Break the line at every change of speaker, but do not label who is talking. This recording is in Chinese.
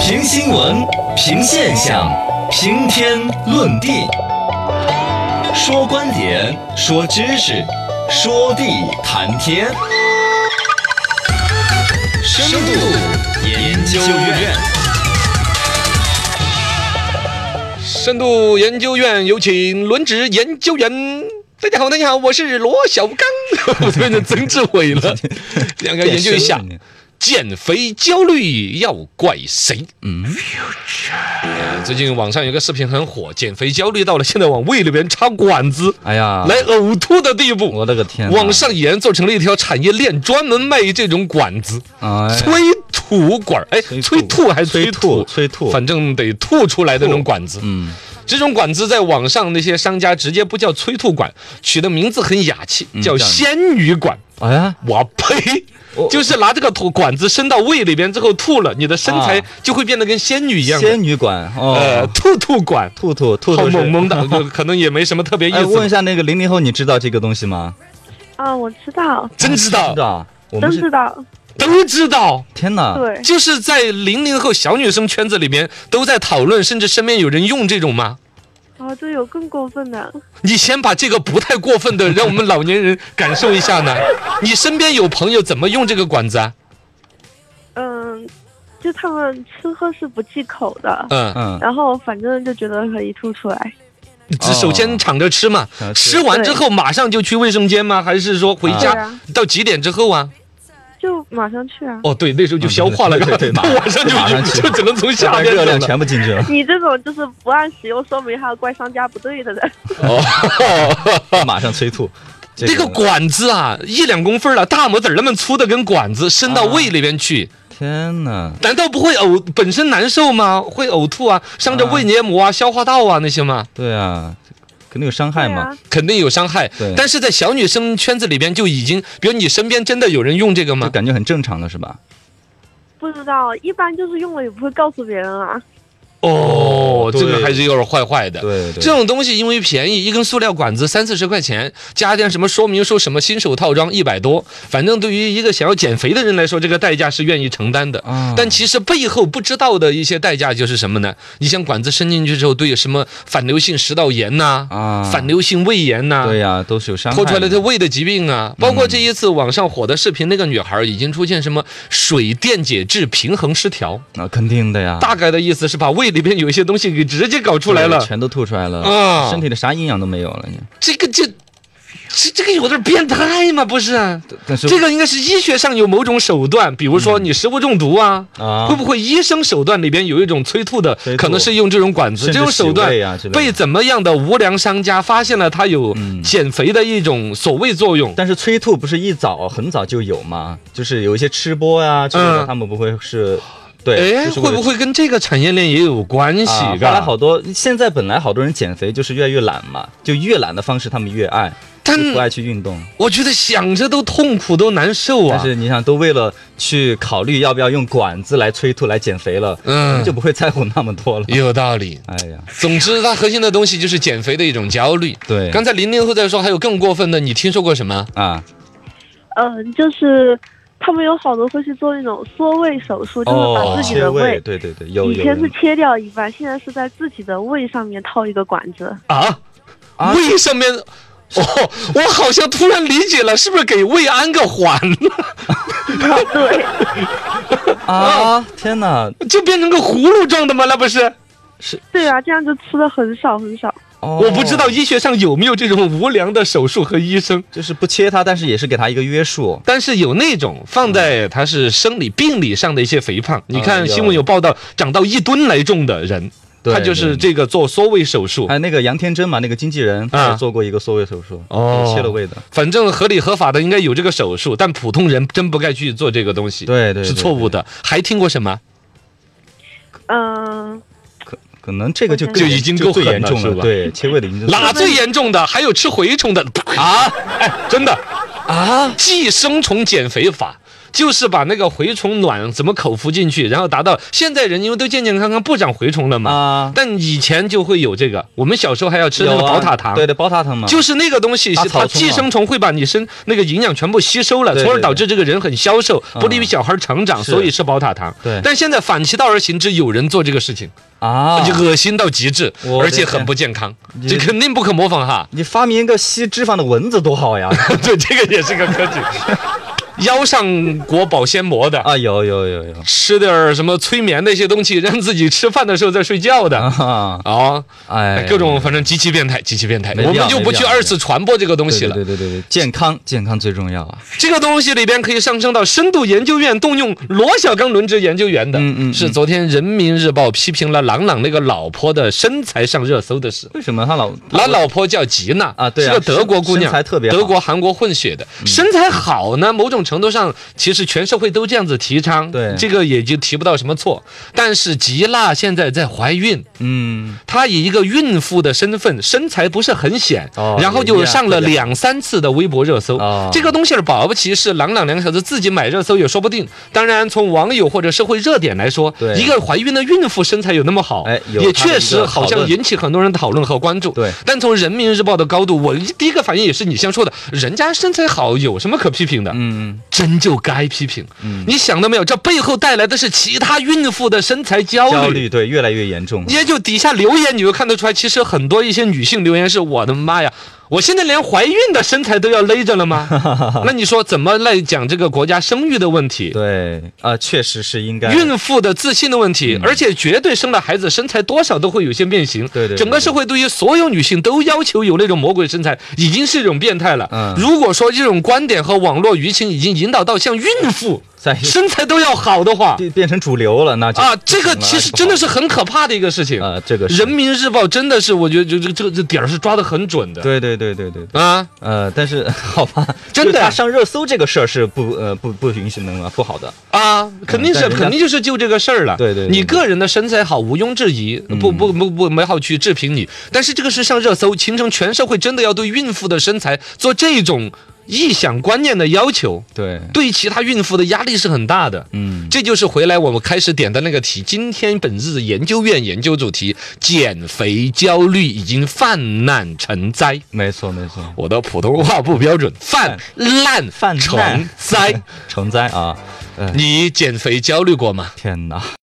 评新闻，评现象，评天论地，说观点，说知识，说地谈天。深度研究院，
深度研究院有请轮值研究员。大家好，大家好，我是罗小 刚，我变成曾志伟了。 两个研究一下，减肥焦虑要怪谁？嗯、呃最近网上有个视频很火，减肥焦虑到了现在往胃里边插管子，
哎呀，
来呕吐啊的地步。
我的个天哪！
网上研做成了一条产业链，专门卖这种管子，
哎呀，
催吐管儿，哎，
催吐
催吐还是催
催
吐
吐，？催吐，
反正得吐出来的那种管子。
嗯，
这种管子在网上那些商家直接不叫催吐管，取的名字很雅气，叫
叫
仙女管。
哎呀，
我呸！
我
就是拿这个吐管子伸到胃里边之后吐了，你的身材
啊
就会变得跟仙女一样的。
仙女管
呃，
哦，
吐吐管，
兔兔兔
好
兔是
萌。萌的， 就可能也没什么特别意
哎，问一
思。
下那个零零后，你知道这个东西吗？
啊，我知道，
真知
嗯知
道，
道，我
都
们
知
是啊
道，
都知道，
天哪，
对，
就是在零零后小女生圈子里面都在讨论，甚至身边有人用这种吗？
然后哦就有更过分的，
你先把这个不太过分的，让我们老年人感受一下呢。你身边有朋友怎么用这个管子啊？
嗯，就他们吃喝是不忌口的，
嗯，
嗯，
然后反正就觉得可以吐出来，
只首先抢着吃嘛
抢着，吃
吃完之后马上就去卫生间吗？还是说回
对
家
啊
到几点之后啊？
就马上去啊。
哦，对，那时候就消化了，
嗯对对对对
到晚上
马上
就
吃
就只能从
下
下
面
面
热量
走了
全部进去 了，
你这种就是不按使用说明，还要怪商家不对的人。
哦。
马上催 吐。
这个管子啊，一两公分了，大拇指儿那么粗的根管子伸到胃里边去，
天哪，
难道不会呕本身难受吗？会呕吐啊，伤着
啊
胃黏膜啊、消化道啊那些吗？
对啊，肯定有伤害
对
嘛
啊。，
肯定有伤害
对。
但是在小女生圈子里边就已经，比如你身边真的有人用这个
就
吗？
感觉很正常了，是吧？
不知道，一般就是用了也不会告诉别人啊。
哦，
对
这个还是有点坏坏的。
对
啊这种东西因为便宜，一根塑料管子三四十块钱，加点什么说明书、什么新手套装一百多，反正对于一个想要减肥的人来说，这个代价是愿意承担的。
啊，
但其实背后不知道的一些代价就是什么呢？你像管子伸进去之后，对什么反流性食道炎呐、
啊，
反流性胃炎呐、
对呀，都是有伤害的。
拖出来的胃的疾病啊，包括这一次网上火的视频，那个女孩已经出现什么水电解质平衡失调，
那肯定的呀，
大概的意思是把胃里边有一些东西给直接搞出来
对
了。
全都吐出来了
啊
身体里啥营养都没有了。你
这个这这这个有点变态嘛，不是？
但是
这个应该是医学上有某种手段，比如说你食物中毒啊。
嗯啊，
会不会医生手段里边有一种催吐的
催，吐
可能是用这种管子，
甚至
这种手段
洗胃啊之类的
被怎么样的无良商家发现了它有
嗯
减肥的一种所谓作用？
但是催吐不是一早很早就有吗？就是有一些吃播呀、之类的，他们不会是，对，
嗯
啊
哎，
就是
会不会跟这个产业链也有关系？
啊？本来好多，现在本来好多人减肥就是越来越懒嘛，就越懒的方式他们越爱，
但
就不爱去运动。
我觉得想着都痛苦，都难受
但
啊。
是你想，都为了去考虑要不要用管子来催吐来减肥了，
嗯
就不会在乎那么多了。
有道理。
哎呀，
总之，它核心的东西就是减肥的一种焦虑。
对
刚才零零后在说，还有更过分的，你听说过什么？
啊，
嗯，就是他们有好多会去做那种缩胃手术，就是把
哦，
自己
切
的
胃，
胃，
对对对，有
以
有
前是
人
切掉一半，现在是在自己的胃上面套一个管子。
啊？
啊
胃上面，哦，我好像突然理解了，是不是给胃安个环 了，
对。
哦
啊，天哪，
就变成个葫芦状的吗？那不是？
对啊，这样就吃的很少很少。
哦
我不知道医学上有没有这种无良的手术和医生，
就是不切它，但是也是给它一个约束。
但是有那种放在它是生理病理上的一些肥胖，你看
嗯啊有
新闻有报道，长到一吨来重的人，
对
他就是
对哎
这个做缩胃手术
还。有那个杨天真嘛，那个经纪人，他也做过一个缩胃手术，
啊哦
也切了胃的。
反正合理合法的应该有这个手术，但普通人真不该去做这个东西，
对对对
是错误的。还听过什么？
嗯，
可能这个就更
就已经够
最严重
狠了是吧
对，切胃的已经
哪最严重的？还有 吃蛔虫的啊！哎，真的
啊？
寄生虫减肥法。就是把那个蛔虫卵怎么口服进去，然后达到现在人因为都健健康康不长蛔虫了嘛，
啊，
但以前就会有这个，我们小时候还要吃那个
有啊
宝塔糖，
对对，宝塔糖嘛，
就是那个东西
大
是
草
它
丛
寄
嘛
生虫会把你身那个营养全部吸收了，
对对
从而导致这个人很消瘦，
嗯
不利于小孩成长，
是
所以吃宝塔糖。
对
但现在反其道而行之，有人做这个事情，
啊，
就恶心到极致，
我的
而且
天
很不健康，
你
这肯定不可模 仿哈。
你发明一个吸脂肪的蚊子多好 呀！
对，这个也是个科 技。腰上裹保鲜膜的，
啊，有有有有
吃点儿什么催眠的一些东西，让自己吃饭的时候在睡觉的。
啊，
哦，
哎，
各种反正极其变态，极其变态，
没必
我
要
们就
没
不
必
去
要
二次传播这个东
对
西了。
对对对对，健康健康最重要啊！
这个东西里边可以上升到深度研究院动用罗小刚轮值研究员的，
嗯嗯嗯
是昨天《人民日报》批评了郎朗那个老婆的身材上热搜的事。
为什么他老
他老婆叫吉娜
啊对啊
是个德国姑
身
娘，
材特别好嗯
德国韩国混血的，身材好呢，某种程度上其实全社会都这样子提倡，
对
这个也就提不到什么错。但是吉娜现在在怀孕，
嗯
她以一个孕妇的身份，身材不是很显，
哦
然后
也一
就
样
上了
特别
两三次的微博热搜。
哦
这个东西儿保不齐是朗朗两个小时自己买热搜也说不定。当然，从网友或者社会热点来说，
对
一个怀孕的孕妇身材有那么好，
哎有
也
她的
确
一
实
个
好
讨
像
论
引起很多人讨论和关注。
对
但从人民日报的高度，我一第一个反应也是你先说的，人家身材好有什么可批评的？
嗯
真就该批评。
嗯
你想到没有？这背后带来的是其他孕妇的身材焦虑。
焦虑对越来越严重，
也就底下留言你就看得出来，其实很多一些女性留言是我的妈呀，我现在连怀孕的身材都要勒着了吗？ 那你说怎么来讲这个国家生育的问题？
对啊，确实是应该
孕妇的自信的问
嗯
题，而且绝对生了孩子，身材多少都会有些变形。
对对对
整个社会对于所有女性都要求有那种魔鬼身材，已经是一种变态了。
嗯
如果说这种观点和网络舆情已经引导到像孕 妇
在
身材都要好的话，
变变成主流了，那就
啊，这个其实真的是很可怕的一个事情。
啊，这个是
人民日报真的是，我觉得这这这这点儿是抓得很准的。
对对对对对，
啊，
呃，但是 好吧，
真的
就是他上热搜这个事儿是不呃不不允许能啊不好的，
啊，肯定是、
但人家
肯定就是就这个事儿了。
对对嗯对
你个人的身材好，毋庸置疑，不不不不没好去置评你。但是这个是上热搜，形成全社会真的要对孕妇的身材做这种臆想观念的要求，
对，
对其他孕妇的压力是很大的。
嗯，
这就是回来我们开始点的那个题。今天本日研究院研究主题：减肥焦虑已经泛滥成灾。
没错没错，
我的普通话不标准，泛滥
泛滥
成灾。
成灾啊，
你减肥焦虑过吗？
天哪！